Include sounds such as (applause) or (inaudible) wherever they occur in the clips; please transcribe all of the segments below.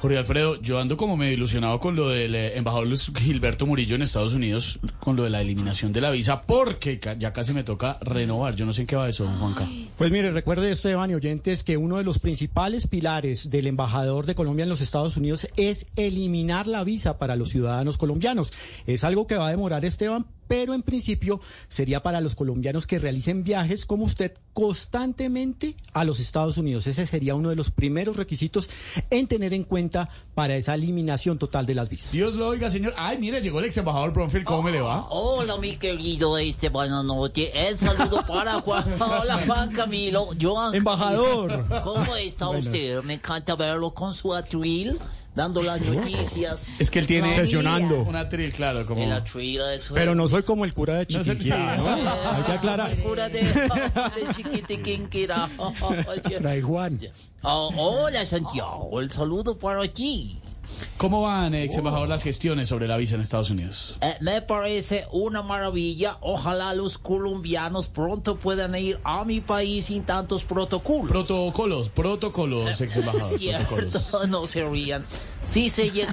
Jorge Alfredo, yo ando como medio ilusionado con lo del eh, embajador Luis Gilberto Murillo en Estados Unidos, con lo de la eliminación de la visa, porque ca- ya casi me toca renovar. Yo no sé en qué va eso, don Juanca. Pues mire, recuerde Esteban y oyentes que uno de los principales pilares del embajador de Colombia en los Estados Unidos es eliminar la visa para los ciudadanos colombianos. Es algo que va a demorar Esteban, pero en principio sería para los colombianos que realicen viajes como usted constantemente a los Estados Unidos. Ese sería uno de los primeros requisitos en tener en cuenta para esa eliminación total de las visas. Dios lo oiga, señor. Ay, mire, llegó el ex embajador Bronfield, ¿cómo me le va? Hola, mi querido este, buenas noches. El saludo para (laughs) Juan. Hola, Juan Camilo. Joan, Embajador. ¿Cómo está usted? Me encanta verlo con su atril, dando las noticias. Es que él tiene Sesionando. un atril, claro, como... El atril de su. Oh. Pero no soy como el cura de No se- Chiquinquirá. sí, ¿no? Hay que aclarar. Cura de, (laughs) de (laughs) chiquitiquinquirá. Fray Juan. Oh, hola, Santiago. El saludo para ti. ¿Cómo van, Oh. ex embajador, las gestiones sobre la visa en Estados Unidos? Eh, me parece una maravilla. Ojalá los colombianos pronto puedan ir a mi país sin tantos protocolos. Protocolos, protocolos, (laughs) ex embajador, protocolos. Cierto, no se rían. Sí se llega.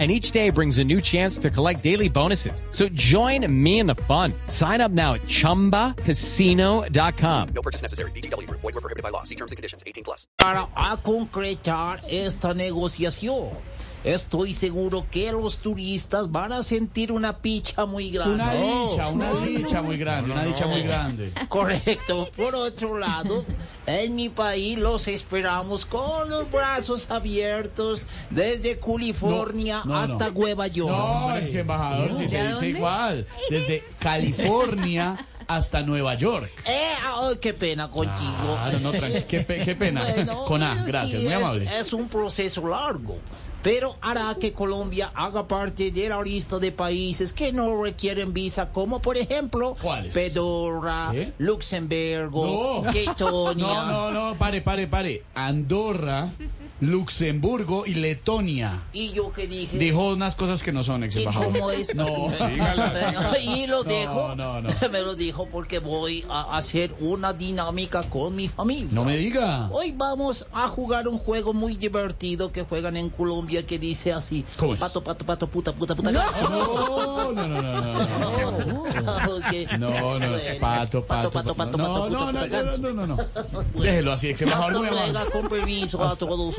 and each day brings a new chance to collect daily bonuses. So join me in the fun. Sign up now at ChumbaCasino.com. No purchase necessary. BGW. Void were prohibited by law. See terms and conditions. 18 plus. para a concretar esta negociación. Estoy seguro que los turistas van a sentir una picha muy grande. Una dicha, una dicha muy grande, una dicha muy grande. (laughs) Correcto. Por otro lado, en mi país los esperamos con los brazos abiertos desde California No, no, hasta no. Nueva York. No, ex embajador, si se dice igual. (laughs) Desde California hasta Nueva York. Eh, ay, qué pena contigo. Ah, no, no, tranqui- qué, pe- qué pena. Bueno, Con A, sí, gracias, muy es, amable. Es un proceso largo, pero hará que Colombia haga parte de la lista de países que no requieren visa, como por ejemplo ¿Cuáles? Pedorra, ¿Qué? No. (laughs) Luxemburgo, Letonia. No, no, no, pare, pare, pare. Andorra, Luxemburgo y Letonia. Y yo que dije. Dijo unas cosas que no son, ex ¿Y embajador. cómo es? No, (laughs) Bueno, y No, lo dejo. no, no. (laughs) Me lo dijo porque voy a hacer una dinámica con mi familia. no me diga. Hoy vamos a jugar un juego muy divertido que juegan en Colombia que dice así: ¿Cómo es? Pato, pato, pato, puta, puta, puta. (laughs) No, no, no, no, no. no. (laughs) Ok. No, no, Bueno, pato, pato, pato, pato, pato, No, pato, no, no, puta, puta, no, no, no, no. Déjelo así, ex Hasta embajador. muy amable. luego, con permiso a todos